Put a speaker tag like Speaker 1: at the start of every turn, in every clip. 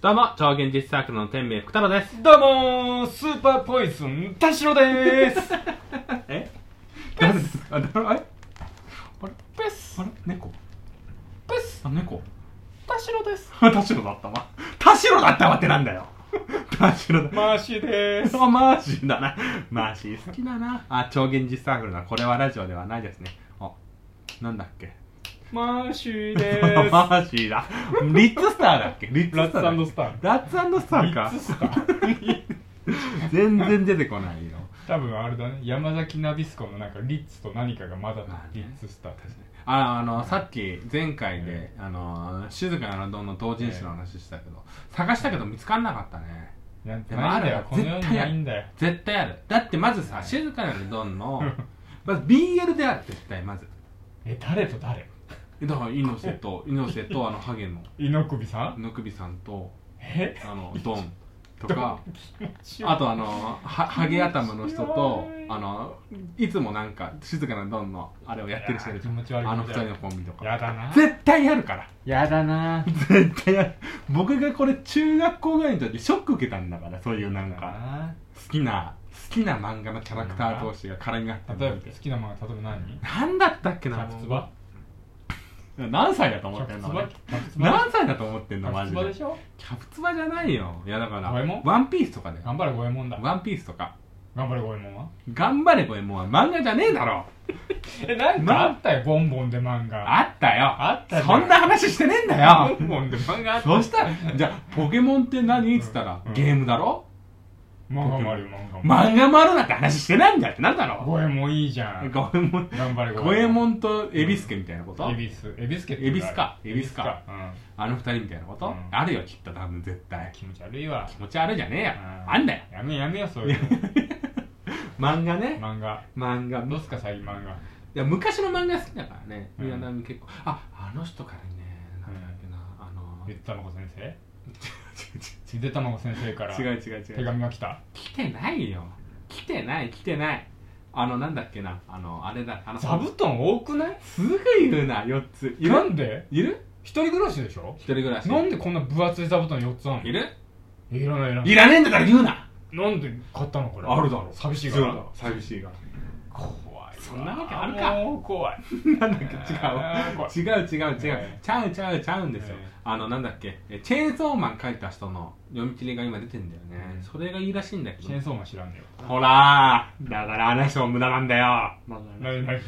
Speaker 1: どうも、超現実サークルの天命福太郎です。
Speaker 2: どうもースーパーポイズン田代でーす
Speaker 1: え
Speaker 2: 誰ですあだあれあれ
Speaker 3: ペス
Speaker 2: あれ猫
Speaker 3: ペス
Speaker 2: あ猫
Speaker 3: 田代です
Speaker 2: あ田代だったわ田代だったわってなんだよ田代だ
Speaker 3: マーシーで
Speaker 2: あマーシーだなマーシー好きだなあ超現実サークルだこれはラジオではないですねあなんだっけ
Speaker 3: マーシーで
Speaker 2: マ
Speaker 3: ー
Speaker 2: ーシーだリッツスターだっけリッツスターだ
Speaker 3: ラッツスター
Speaker 2: ラッツスターか
Speaker 3: すつか
Speaker 2: 全然出てこないよ
Speaker 3: 多分あれだね山崎ナビスコのなんかリッツと何かが混ざったリッツスター
Speaker 2: ああのさっき前回で、あの静かなどんの同人誌の話したけど、探したけど見つからなかったね
Speaker 3: なんて
Speaker 2: でも
Speaker 3: ないんだ
Speaker 2: あ
Speaker 3: よ
Speaker 2: るよ
Speaker 3: この世にないんだよ
Speaker 2: 絶対あるだってまずさ静かなどん のまず BL である絶対まず
Speaker 3: え誰と誰
Speaker 2: だから猪瀬と猪瀬とあのハゲの
Speaker 3: 猪首さん
Speaker 2: ぬくびさんと
Speaker 3: え
Speaker 2: あのドンと か
Speaker 3: 気持ち悪い
Speaker 2: あとあのはハゲ頭の人とあのいつもなんか静かなどんのあれをやってる人いるじゃん
Speaker 3: いやー気持ち悪い
Speaker 2: あの二人のコンビとか
Speaker 3: やだな
Speaker 2: 絶対やるから
Speaker 3: やだな
Speaker 2: 絶対やる僕がこれ中学校ぐらいの時ショック受けたんだからそういうなんか
Speaker 3: な
Speaker 2: 好きな好きな漫画のキャラクター同士が絡み合ってる
Speaker 3: 例え
Speaker 2: の
Speaker 3: ば
Speaker 2: を
Speaker 3: 好
Speaker 2: 見て
Speaker 3: きな漫画例えば何
Speaker 2: 何だったっけ
Speaker 3: キ
Speaker 2: な
Speaker 3: ャプツバ
Speaker 2: 何歳だと
Speaker 3: キ
Speaker 2: 思
Speaker 3: ャ
Speaker 2: って
Speaker 3: プ
Speaker 2: ん
Speaker 3: ツ
Speaker 2: の
Speaker 3: バ
Speaker 2: 俺
Speaker 3: キャプツバ
Speaker 2: 何歳だと思ってん
Speaker 3: キ
Speaker 2: の
Speaker 3: ャ
Speaker 2: マ
Speaker 3: プ
Speaker 2: ジ
Speaker 3: ツバで
Speaker 2: で
Speaker 3: しょ
Speaker 2: キャプツバじゃないよいやだから
Speaker 3: ゴエモン
Speaker 2: ワンピースとかだよ
Speaker 3: 頑張れ五右衛門だ
Speaker 2: ワンピースとか
Speaker 3: 頑張れ五右衛門は
Speaker 2: 頑張れこれもう漫画じゃねえだろ
Speaker 3: えなんかあったよボンボンで漫画
Speaker 2: あったよ
Speaker 3: あったじゃ
Speaker 2: そんな話してねえんだよ
Speaker 3: ボンボンで漫画あった
Speaker 2: そしたらじゃあポケモンって何っつったら、
Speaker 3: うん
Speaker 2: ゲームだろ
Speaker 3: 漫画もあるよ漫画も
Speaker 2: 漫画もあるなんて話してないんだよってなんだろ
Speaker 3: 五右衛門いいじゃ ん
Speaker 2: 五右衛門
Speaker 3: 頑張れ
Speaker 2: 五右衛
Speaker 3: ん
Speaker 2: 門と恵比寿家みたいなこと、
Speaker 3: エビスエビスケ
Speaker 2: エビスかエビスか
Speaker 3: うん
Speaker 2: あの二人みたいなこと、
Speaker 3: うん
Speaker 2: あるよきっと多分絶対
Speaker 3: 気持ち悪いわ
Speaker 2: 気持ち悪いじゃねえよ
Speaker 3: う
Speaker 2: あんだよ
Speaker 3: やめやめよそう いう
Speaker 2: 漫画ね
Speaker 3: の漫画
Speaker 2: 漫画
Speaker 3: どうすか最近漫画
Speaker 2: いや昔の漫画好きだからね
Speaker 3: うん
Speaker 2: 宮田結構ああの人からねなんだっけな、あの
Speaker 3: ゆでたまご先生ゆでたまご先生から
Speaker 2: 違う違う違う違
Speaker 3: 手
Speaker 2: う
Speaker 3: 紙が来た
Speaker 2: 来てないよ来てない来てないあのなんだっけなあのあれだあの
Speaker 3: 座布団多くない
Speaker 2: すぐ言うな4ついる
Speaker 3: なんで
Speaker 2: いる
Speaker 3: 一人暮らしでしょ
Speaker 2: 一人暮らし
Speaker 3: なんでこんな分厚い座布団4つあんの
Speaker 2: いる
Speaker 3: いらないいらない
Speaker 2: いらねえんだから言うな
Speaker 3: なんで買ったのこれ寂しいか
Speaker 2: そうだ
Speaker 3: ら
Speaker 2: ろ寂しいが
Speaker 3: 怖い
Speaker 2: そんなわけあるか
Speaker 3: もう怖い
Speaker 2: なんだっ
Speaker 3: あー怖い
Speaker 2: け違う違う違う違う
Speaker 3: え
Speaker 2: ちゃうちゃうちゃうんですよ
Speaker 3: ええ
Speaker 2: あのなんだっけえチェーンソーマン書いた人の読み切りが今出てんだよ
Speaker 3: う
Speaker 2: ね
Speaker 3: ん
Speaker 2: それがいいらしいんだけ
Speaker 3: チェーン
Speaker 2: ど
Speaker 3: ソーマン知らんねよ
Speaker 2: ほらーだからあの人も無駄なんだよ
Speaker 3: ないない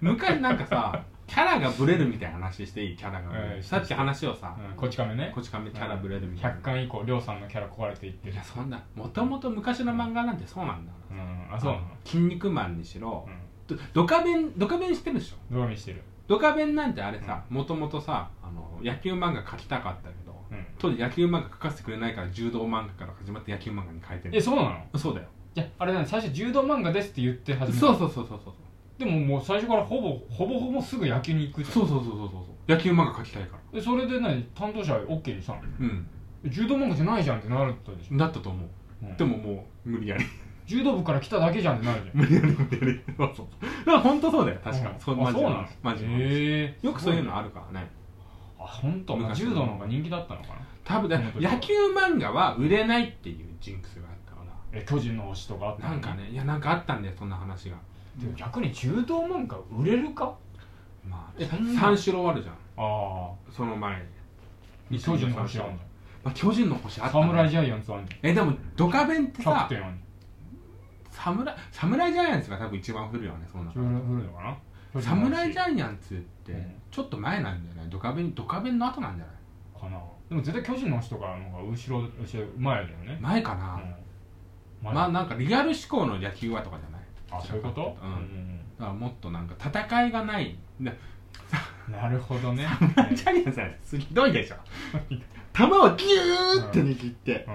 Speaker 2: 昔なんかさキャラがブレるみたいな話していいキャラが、
Speaker 3: ええ
Speaker 2: さっき話をさ、
Speaker 3: うんこち亀ね
Speaker 2: こち亀キャラブレるみたいな
Speaker 3: 100、巻以降りょうさんのキャラ壊れていって
Speaker 2: いやそんなもともと昔の漫画なんてそうなんだ
Speaker 3: う
Speaker 2: よ
Speaker 3: んあそうなの
Speaker 2: 筋肉マンにしろ
Speaker 3: う、ん
Speaker 2: どドカベンドカベンしてるでしょ
Speaker 3: ドラミしてる
Speaker 2: ドカベンなんてあれさもともとさあの野球漫画描きたかったけど、
Speaker 3: うん
Speaker 2: 当時野球漫画描かせてくれないから柔道漫画から始まって野球漫画に変えて
Speaker 3: え
Speaker 2: る
Speaker 3: そうなの
Speaker 2: そうだよ
Speaker 3: いやあれなん最初柔道漫画ですって言って始めた
Speaker 2: そうそうそうそうそう
Speaker 3: でももう最初からほぼほぼほぼすぐ野球に行くじゃん
Speaker 2: そうそうそうそうそうそう野球漫画描きたいから
Speaker 3: えそれで何担当者 OK にしたの
Speaker 2: うん
Speaker 3: え柔道漫画じゃないじゃんってなるったでしょ
Speaker 2: だったと思う、
Speaker 3: うん
Speaker 2: でももう無理やり
Speaker 3: 柔道部から来ただけじゃんってなるじゃん
Speaker 2: 無理やり無理やりそうそうそうだから本当そうだよ確か、
Speaker 3: うん
Speaker 2: そう
Speaker 3: あ
Speaker 2: マ
Speaker 3: そ
Speaker 2: ジ
Speaker 3: う
Speaker 2: で
Speaker 3: なの
Speaker 2: マジで、
Speaker 3: へえ
Speaker 2: よくそういうのあ
Speaker 3: る
Speaker 2: るからね
Speaker 3: あ本当
Speaker 2: 昔
Speaker 3: 柔道の方が人気だったのかな
Speaker 2: 多分だ
Speaker 3: うん
Speaker 2: 野球漫画は売れないっていうジンクスがあったから
Speaker 3: え巨人の星とかあったの
Speaker 2: なんかねいやなんかあったんだよそんな話が
Speaker 3: でも逆に柔道漫画売れるか
Speaker 2: まあえ
Speaker 3: そんな
Speaker 2: 三四郎あるじゃん
Speaker 3: あ
Speaker 2: その前
Speaker 3: あ巨人の星あん
Speaker 2: まあ、巨人の星あ
Speaker 3: だ
Speaker 2: ったね
Speaker 3: 侍ジャイアンツあんだ
Speaker 2: えでもドカベンって
Speaker 3: キャ
Speaker 2: さ
Speaker 3: プテンあんだ
Speaker 2: 侍侍ジャイアンツが多分一番古いよねその
Speaker 3: そ
Speaker 2: 中
Speaker 3: れ古いのかな
Speaker 2: 侍ジ
Speaker 3: イ
Speaker 2: ャイアンツって
Speaker 3: うん
Speaker 2: ちょっと前なんじゃないドカベンドカベンの後なんじゃない
Speaker 3: アンかなでも絶対巨人の星とかの方が後ろ後ろ前だよね
Speaker 2: 前か
Speaker 3: う
Speaker 2: な、
Speaker 3: ん
Speaker 2: まあ
Speaker 3: 前
Speaker 2: なんかリアル志向の野球はとかじゃない
Speaker 3: あそういうこと
Speaker 2: うん
Speaker 3: ん
Speaker 2: だからもっとなんか戦いがないで
Speaker 3: なるほどね
Speaker 2: ジャイアンツなんてひどいでしょ 球をギューって握って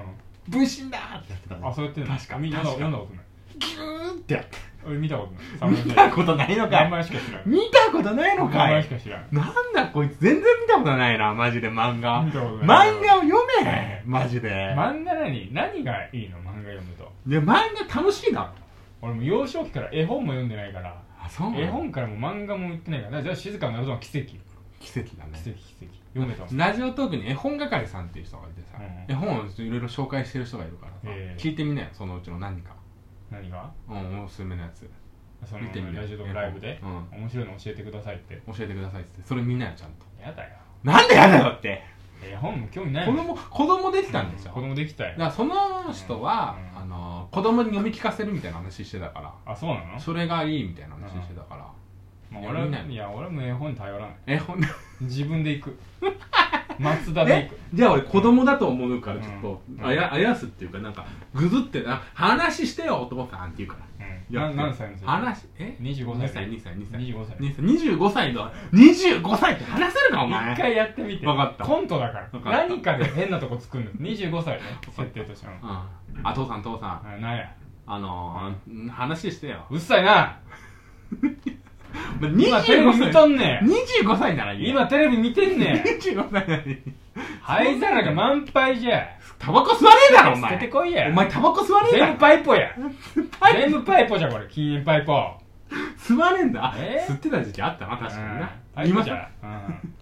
Speaker 3: う
Speaker 2: 分身だーってやってた
Speaker 3: んあそうやってんの
Speaker 2: 確か
Speaker 3: みんな
Speaker 2: 確か
Speaker 3: 読んだことない
Speaker 2: ギューってやって
Speaker 3: 俺見たことない
Speaker 2: 見たことないのか
Speaker 3: 名
Speaker 2: い
Speaker 3: 前しか知らん
Speaker 2: 見たことないの
Speaker 3: 名
Speaker 2: か
Speaker 3: 前
Speaker 2: い
Speaker 3: しか知らん
Speaker 2: なんだこいつ全然見たことないなマジで漫画
Speaker 3: 見たこと
Speaker 2: 漫
Speaker 3: ない
Speaker 2: 画を読めマジで
Speaker 3: 漫画何何がいいの漫画読むと
Speaker 2: で漫画楽しいな
Speaker 3: 俺も幼少期から絵本も読んでないから
Speaker 2: あそう
Speaker 3: 絵本からも漫画も言ってないからじゃあ静かになるのは奇跡
Speaker 2: 奇跡だね
Speaker 3: 奇跡奇跡読めたもん
Speaker 2: ラジオトークに絵本係さんっていう人がいてさ、
Speaker 3: うん
Speaker 2: 絵本をいろいろ紹介してる人がいるからさ、
Speaker 3: ええ
Speaker 2: 聞いてみなよそのうちの何か、
Speaker 3: 何が
Speaker 2: うん、おすすめのやつ
Speaker 3: そ
Speaker 2: 見てみ
Speaker 3: の
Speaker 2: る
Speaker 3: ラジオとかライブで
Speaker 2: う
Speaker 3: 面白いの教えてくださいって
Speaker 2: 教えてくださいっつってそれ見なよちゃんと
Speaker 3: やだよ
Speaker 2: なんでやだよって
Speaker 3: 絵本も興味ない
Speaker 2: 子
Speaker 3: もん
Speaker 2: 供子供できたんでしょ、
Speaker 3: 子供できた
Speaker 2: だか
Speaker 3: よ
Speaker 2: らその人は、
Speaker 3: うん
Speaker 2: あの子供に読み聞かせるみたいな話してたから
Speaker 3: あそうなの
Speaker 2: それがいいみたいな話してたから、
Speaker 3: まあ
Speaker 2: いや
Speaker 3: 俺
Speaker 2: 見ない
Speaker 3: いや俺も絵本に頼らない
Speaker 2: えほんで
Speaker 3: 自分で 行く松田で行く
Speaker 2: じゃあ俺子供だと思うからちょっと、
Speaker 3: うん
Speaker 2: あやあやすっていうかなんかぐずってあ話してよお父さんって言うから
Speaker 3: うん
Speaker 2: や
Speaker 3: な
Speaker 2: って
Speaker 3: 何歳の時
Speaker 2: 話え
Speaker 3: 25歳
Speaker 2: 2歳2歳2
Speaker 3: 25歳
Speaker 2: 歳25歳の25歳って話せるかお前
Speaker 3: 一回やってみて
Speaker 2: わかった
Speaker 3: コントだから
Speaker 2: わかった
Speaker 3: 何かで変なとこ作るの25歳ね設定として
Speaker 2: う
Speaker 3: は
Speaker 2: ん、あ父さん父さん
Speaker 3: あなんや
Speaker 2: あのーうん話してよ
Speaker 3: うっさいな
Speaker 2: まあ
Speaker 3: 今テレビ見とんねん
Speaker 2: 25歳ならいいよ
Speaker 3: 今テレビ見て んねん
Speaker 2: 25歳ならいい
Speaker 3: 灰皿が満杯じゃ
Speaker 2: タバコ吸わねえだろお
Speaker 3: 捨てて
Speaker 2: 前
Speaker 3: こいや
Speaker 2: お前タバコ吸わねえだ
Speaker 3: 全
Speaker 2: ろ
Speaker 3: 部パイポや
Speaker 2: パイ
Speaker 3: 全部パイポじゃこれ禁煙パイポ
Speaker 2: 吸わねえんだ、
Speaker 3: えー
Speaker 2: 吸ってた時期あったな確かにな、
Speaker 3: うんパイポじゃうん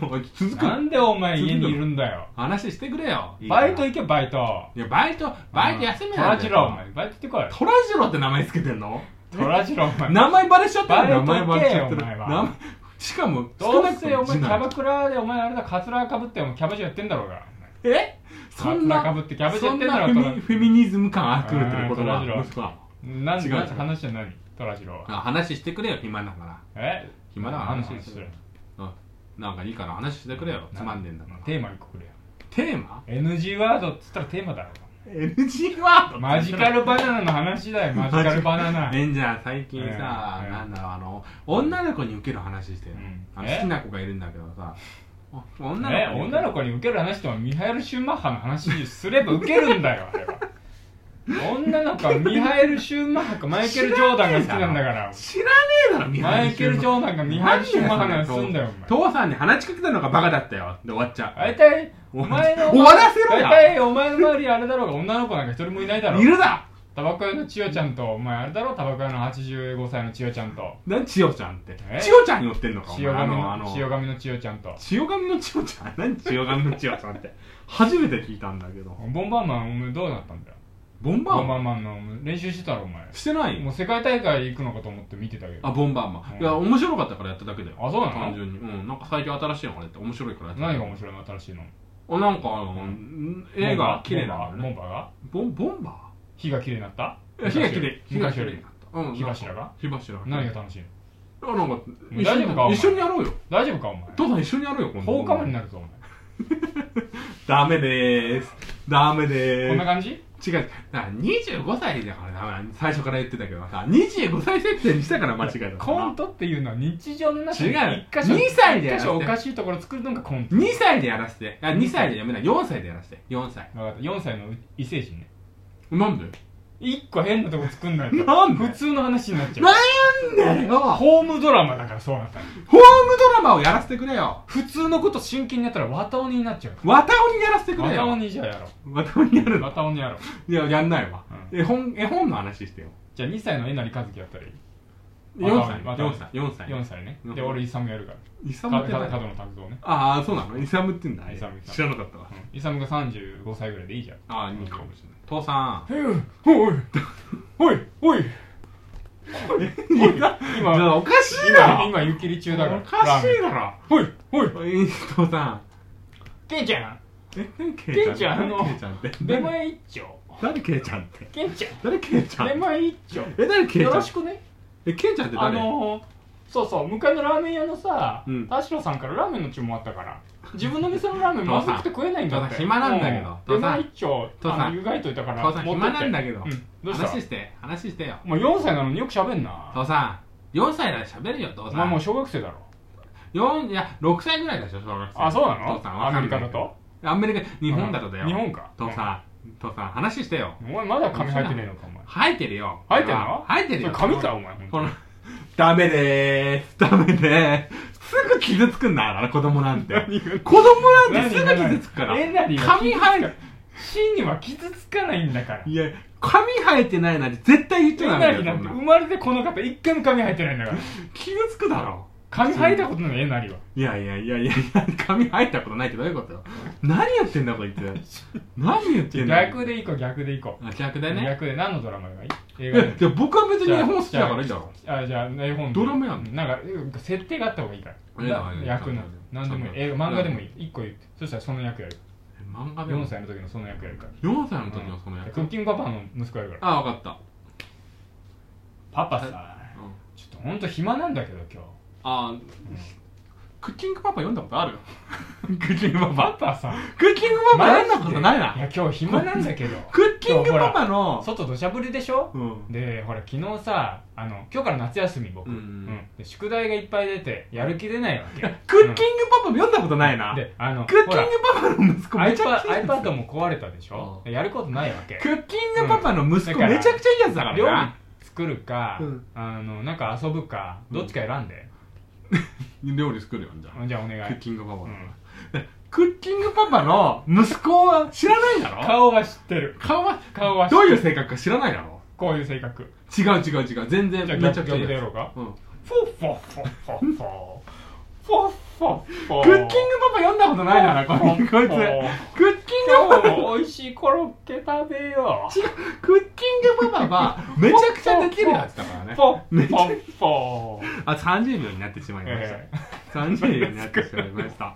Speaker 2: でも続く
Speaker 3: なんでお前家にいるんだよ
Speaker 2: 話してくれよ
Speaker 3: バイト行けバイト
Speaker 2: いやバイトバイト休め
Speaker 3: ト
Speaker 2: な
Speaker 3: ラ
Speaker 2: い
Speaker 3: ジロお前バイト行ってこい
Speaker 2: トラジロって名前つけてんの
Speaker 3: トラジロお前
Speaker 2: 名前バレしちゃった名前
Speaker 3: バ
Speaker 2: バ
Speaker 3: レ
Speaker 2: レ
Speaker 3: と
Speaker 2: し
Speaker 3: け
Speaker 2: ち
Speaker 3: よ
Speaker 2: ゃってる
Speaker 3: お前は
Speaker 2: 名前しかも
Speaker 3: ど
Speaker 2: 少
Speaker 3: う
Speaker 2: なく
Speaker 3: せお前キ
Speaker 2: 次
Speaker 3: ャ
Speaker 2: 男
Speaker 3: バクラでお前あれだカツラかぶってお前キャバ嬢やってんだろうが
Speaker 2: えそんな
Speaker 3: かぶってキャバ嬢
Speaker 2: そ
Speaker 3: やっ
Speaker 2: ん
Speaker 3: てん
Speaker 2: な
Speaker 3: だろ
Speaker 2: フ
Speaker 3: う
Speaker 2: ェ
Speaker 3: が
Speaker 2: ミフェミニズム感あふれてること
Speaker 3: あートラジロ
Speaker 2: が息子は
Speaker 3: なん
Speaker 2: 違
Speaker 3: で
Speaker 2: う
Speaker 3: 話は何トラジロは
Speaker 2: あ話してくれよ暇だから
Speaker 3: え
Speaker 2: 暇だから
Speaker 3: 何の
Speaker 2: 話
Speaker 3: 話
Speaker 2: す
Speaker 3: す
Speaker 2: る
Speaker 3: る
Speaker 2: うんなんかいいから話してくれよつまんでんだから
Speaker 3: テーマ一個くれよ
Speaker 2: テーマ
Speaker 3: NG ワードっつったらテーマだろ
Speaker 2: NG ワード
Speaker 3: マジカルバナナの話だよマジカルバナナ
Speaker 2: ねんじゃん最近さ、
Speaker 3: うん
Speaker 2: なんだろうあの女の子にウケる話してる、
Speaker 3: うん
Speaker 2: あの
Speaker 3: え
Speaker 2: 好きな子がいるんだけどさあ女
Speaker 3: ね女の
Speaker 2: 子
Speaker 3: 子に受ける話とはミハエル・シューマッハの話すれば受けるんだよあれは女の子はミハエル・シューマッハかマイケル・ジョーダンが好きなんだから
Speaker 2: 知らねえだろミハ
Speaker 3: マ
Speaker 2: エ
Speaker 3: イ
Speaker 2: ル
Speaker 3: ケル・ジョーダンがミハエル・シューマッハなんかすんだよお前
Speaker 2: 父さんに話しかけたのがバカだったよで終わっちゃ
Speaker 3: 大体
Speaker 2: お
Speaker 3: お
Speaker 2: 前
Speaker 3: 前の
Speaker 2: 終わらせろよ
Speaker 3: 大体お前の周りあれだろうが女の子なんか一人もいないだろ
Speaker 2: ういるだ
Speaker 3: タバコ屋の千代ちゃんとお前あれだろタバコ屋の85歳の千代ちゃんと
Speaker 2: なん千代ちゃんって
Speaker 3: え
Speaker 2: 千代ちゃんに乗ってんのかお
Speaker 3: 千
Speaker 2: 前
Speaker 3: 代
Speaker 2: あ
Speaker 3: 髪
Speaker 2: のあ
Speaker 3: の
Speaker 2: の
Speaker 3: 千代髪の千代ちゃんと
Speaker 2: 千代髪の千代ちゃん何千代髪の千代ちゃんって初めて聞いたんだけど
Speaker 3: ボンバーマンお前どうなったんだよ
Speaker 2: ボンバ
Speaker 3: ボ
Speaker 2: ー
Speaker 3: ン
Speaker 2: マン
Speaker 3: バーマンの練習してたろお前
Speaker 2: してない
Speaker 3: もう世界大会行くのかと思って見てたけど
Speaker 2: あボンバーマン、
Speaker 3: うん
Speaker 2: いや面白かったからやっただけだよ
Speaker 3: あそうなの
Speaker 2: 単純にうんなんか最近新しいのこれって面白いからやった
Speaker 3: 何が面白いの新しいの
Speaker 2: あなんかあの、
Speaker 3: う
Speaker 2: 映画綺麗
Speaker 3: ボ
Speaker 2: な
Speaker 3: ンバ
Speaker 2: の
Speaker 3: ーボ
Speaker 2: ね
Speaker 3: ンバーが
Speaker 2: ボンボンバ
Speaker 3: 火が綺麗になった
Speaker 2: ー火が綺麗火が
Speaker 3: 昔
Speaker 2: 綺
Speaker 3: よ
Speaker 2: 麗に
Speaker 3: り
Speaker 2: なったうん
Speaker 3: 火柱が
Speaker 2: 火柱が
Speaker 3: 何が楽しいの
Speaker 2: あなんか
Speaker 3: う大丈夫かお前
Speaker 2: 一緒にやろうよ
Speaker 3: 大丈夫かお前
Speaker 2: 父さん一緒にやろうよ今
Speaker 3: 放課後になるぞお前
Speaker 2: ダメでーすダメで
Speaker 3: こんな
Speaker 2: ー
Speaker 3: 感じ
Speaker 2: す違うだから25歳だからダメだ最初から言ってたけどさ25歳設定にしたから間違えた
Speaker 3: コン
Speaker 2: ト
Speaker 3: トっていうのは日常の中
Speaker 2: 違う
Speaker 3: に
Speaker 2: よ
Speaker 3: 一箇所
Speaker 2: 二歳でや
Speaker 3: 一
Speaker 2: らせ
Speaker 3: 箇所お
Speaker 2: て
Speaker 3: かしいところ作るのがコント
Speaker 2: 2歳でやらせてあ2歳でやめない4歳でやらせて4歳
Speaker 3: 分かった4歳の異星人ね
Speaker 2: なんで
Speaker 3: 一個変なとこ作んないと
Speaker 2: なんで
Speaker 3: 普通の話になっちゃう
Speaker 2: なんだよ
Speaker 3: ホームドラマだからそうなったの
Speaker 2: ホームドラマをやらせてくれよ
Speaker 3: 普通のこと真剣にやったら綿鬼になっちゃう
Speaker 2: わたおにやらせてくれ
Speaker 3: 綿
Speaker 2: よ
Speaker 3: 鬼じゃやろ
Speaker 2: わたおにやる
Speaker 3: う
Speaker 2: の
Speaker 3: 綿鬼やろう
Speaker 2: いややんないわ、
Speaker 3: う
Speaker 2: 絵本絵本の話してよ
Speaker 3: じゃあ2歳のえなりかずきやったらいい
Speaker 2: 4歳
Speaker 3: わたお
Speaker 2: 4歳4歳
Speaker 3: 4歳ね
Speaker 2: うん
Speaker 3: で俺イサムやるから
Speaker 2: イサム
Speaker 3: か
Speaker 2: って
Speaker 3: か
Speaker 2: 何
Speaker 3: 角野卓造ね
Speaker 2: ああそうなのイサムって言うんだ
Speaker 3: イサムイサム
Speaker 2: 知らなかったわ
Speaker 3: うんイサムが35歳ぐらいでいいじゃん
Speaker 2: ああいいかもしれない父さん
Speaker 3: おいおいおい今
Speaker 2: じゃあおかしいだ
Speaker 3: 今
Speaker 2: ろ
Speaker 3: 今湯切り中だから
Speaker 2: おかし
Speaker 3: ラー
Speaker 2: い
Speaker 3: メン
Speaker 2: だ
Speaker 3: おいおい
Speaker 2: ろいい父さん
Speaker 3: ケンちゃん
Speaker 2: え
Speaker 3: ケイちゃんあの
Speaker 2: ケイちゃんって
Speaker 3: 出前一丁
Speaker 2: 誰ケイちゃんって
Speaker 3: ケンち
Speaker 2: 誰ケイち
Speaker 3: ゃ
Speaker 2: ゃ
Speaker 3: ん
Speaker 2: ん
Speaker 3: 出前一丁
Speaker 2: え誰ケイち
Speaker 3: よ
Speaker 2: ゃ
Speaker 3: ろ
Speaker 2: ん
Speaker 3: しくね
Speaker 2: えケイちゃんって
Speaker 3: あ
Speaker 2: 誰
Speaker 3: のー、そうそう向かいのラーメン屋のさ、
Speaker 2: うん
Speaker 3: 田代さんからラーメンの注文あったから自分の店のラーメンまずくて食えないんだって
Speaker 2: 父さん暇なんだけど
Speaker 3: う
Speaker 2: 父さん
Speaker 3: ん出前一丁
Speaker 2: 父さん
Speaker 3: あの湯がいといたから
Speaker 2: 父さん
Speaker 3: 持ってって
Speaker 2: 暇なんだけど
Speaker 3: うん、どうした
Speaker 2: 話して話してよ
Speaker 3: お前4歳なのによく喋んな
Speaker 2: 父さん4歳なら喋るよ父
Speaker 3: お
Speaker 2: さ
Speaker 3: 前もうん小学生だろ
Speaker 2: 四いや6歳ぐらいでしょ小学生
Speaker 3: あそうなの
Speaker 2: 父さん
Speaker 3: ア
Speaker 2: わか
Speaker 3: メ
Speaker 2: ん
Speaker 3: リ
Speaker 2: ない
Speaker 3: カだと
Speaker 2: アメリカ日本だとだよ
Speaker 3: 日本か
Speaker 2: 父さん父さん話してよ
Speaker 3: うんお前まだ髪生えてねえのかお前
Speaker 2: 生えてるよ
Speaker 3: 生えてんの
Speaker 2: 生えてる
Speaker 3: そ
Speaker 2: よ
Speaker 3: れ髪かお前ほんと
Speaker 2: このダメでーすダメでーすすぐ傷つくんだから子供なんて子供なんてすぐ傷つくから
Speaker 3: えなりは
Speaker 2: 髪生える
Speaker 3: 死には傷つかないんだから
Speaker 2: いや髪生えてないなんて絶対言っち
Speaker 3: え
Speaker 2: ゃダ
Speaker 3: な
Speaker 2: メだ
Speaker 3: りな
Speaker 2: よ
Speaker 3: ん
Speaker 2: そ
Speaker 3: て
Speaker 2: んな
Speaker 3: 生まれてこの方一回も髪生えてないんだから
Speaker 2: 傷つくだろ
Speaker 3: 髪生えたことないえなりはい
Speaker 2: やいやいやいやいや、髪生えたことないってどういうことよ何やってんだこいつ。何言ってんだ
Speaker 3: 逆でいこう逆でいこう
Speaker 2: あ逆だね。
Speaker 3: 逆で何のドラマがいい映画
Speaker 2: え
Speaker 3: で、
Speaker 2: じゃあ僕は別に絵本好きだからいいだろ。
Speaker 3: あじゃあ絵本
Speaker 2: ドラマやん
Speaker 3: なんかうん設定があった方がいいか
Speaker 2: いや
Speaker 3: ら
Speaker 2: いや
Speaker 3: 役の
Speaker 2: ちゃんと
Speaker 3: 何でもいい
Speaker 2: ちゃん
Speaker 3: 映
Speaker 2: と
Speaker 3: 画漫画でもいい一個言ってそしたらその役やる
Speaker 2: え漫画でも
Speaker 3: 4。歳の時のその役やるから
Speaker 2: 4歳の時のその
Speaker 3: うん
Speaker 2: 役
Speaker 3: ク。ッキングパパの息子やるから
Speaker 2: あ、わかった。
Speaker 3: パパさ
Speaker 2: うん
Speaker 3: ちょっとほんと暇なんだけど今
Speaker 2: あー
Speaker 3: 日
Speaker 2: クッキングパパ読んだことある クッキングパ
Speaker 3: パ
Speaker 2: パ。
Speaker 3: パさ
Speaker 2: クッキングパパ読んだことない
Speaker 3: い
Speaker 2: な。
Speaker 3: や今日暇なんだけ ど
Speaker 2: クッキングパパの、
Speaker 3: 外土砂降りでしょ
Speaker 2: うん。
Speaker 3: でほら昨日さあの今日から夏休み僕、
Speaker 2: うん
Speaker 3: で宿題がいっぱい出てやる気出ないわけ
Speaker 2: クッキングパパも読んだことないな。
Speaker 3: であの
Speaker 2: クッキングパパの息
Speaker 3: ほ
Speaker 2: 子
Speaker 3: ら
Speaker 2: めちゃくちゃいい
Speaker 3: iPad,
Speaker 2: やつ
Speaker 3: iPad も壊れたでしょ、やることないわけ
Speaker 2: クッキングパパの息子
Speaker 3: うんだから
Speaker 2: めちゃくちゃいいやつだから
Speaker 3: 料理
Speaker 2: な。
Speaker 3: 作るか、
Speaker 2: うん
Speaker 3: あのなんか遊ぶかどっちか選んで、
Speaker 2: 料理作るよ、じゃ
Speaker 3: じゃあお願
Speaker 2: あ
Speaker 3: い
Speaker 2: クッキングパパ
Speaker 3: う
Speaker 2: の
Speaker 3: ん。
Speaker 2: クッキングパパの息子は知らないだろ
Speaker 3: 顔は知ってる
Speaker 2: 顔は、
Speaker 3: 顔は知っ
Speaker 2: どう
Speaker 3: て
Speaker 2: い
Speaker 3: る
Speaker 2: う性格か知らないだろ
Speaker 3: こういう性格
Speaker 2: 違う違う違う。全然
Speaker 3: じゃあ
Speaker 2: めちゃく
Speaker 3: 逆
Speaker 2: ちゃい
Speaker 3: 逆
Speaker 2: い
Speaker 3: でや
Speaker 2: や
Speaker 3: ろうか
Speaker 2: つ。うん
Speaker 3: フォッフォッフォッフォッフォッフォッフォッ
Speaker 2: クッキングパパ読んだことないだろ、こいつ。クッキングパ
Speaker 3: 今
Speaker 2: パ
Speaker 3: 日も美味しいコロッケ食べよう
Speaker 2: クッキングパパはめちゃくちゃできるやつだからね。
Speaker 3: ポッポッポー
Speaker 2: あ、30秒になってしまいました。
Speaker 3: え
Speaker 2: 30秒になってしまいました。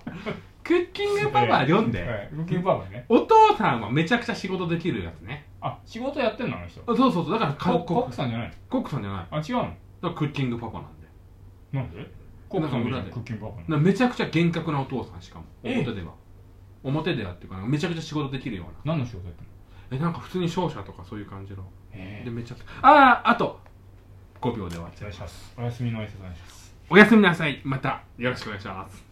Speaker 2: クッキングパパ読ん
Speaker 3: え
Speaker 2: で、
Speaker 3: ええウキンパパね
Speaker 2: お父さんはめちゃくちゃ仕事できるやつね。
Speaker 3: あ仕事やってんのあの人
Speaker 2: あそうそうそう、だから
Speaker 3: コ
Speaker 2: か
Speaker 3: コッ
Speaker 2: コ
Speaker 3: クさんじゃない
Speaker 2: コックさんじゃない。だか
Speaker 3: のあ違うの
Speaker 2: らクッキングパパなんで。だか
Speaker 3: なんでコックさんじゃないクッキングパパなの
Speaker 2: らめちゃくちゃ厳格なお父さんしかも。
Speaker 3: ええ
Speaker 2: 表では。表ではっていうか、めちゃくちゃ仕事できるような。
Speaker 3: 何の仕事やってんの
Speaker 2: え、なんか普通に商社とかそういう感じの。
Speaker 3: え
Speaker 2: で、めちゃくちゃ。ああ、あと5秒で終わっ
Speaker 3: お
Speaker 2: ちゃ
Speaker 3: 願
Speaker 2: う
Speaker 3: いし。ますお休みの挨拶お願いします
Speaker 2: おやすみなさい。またよろしくお願いします。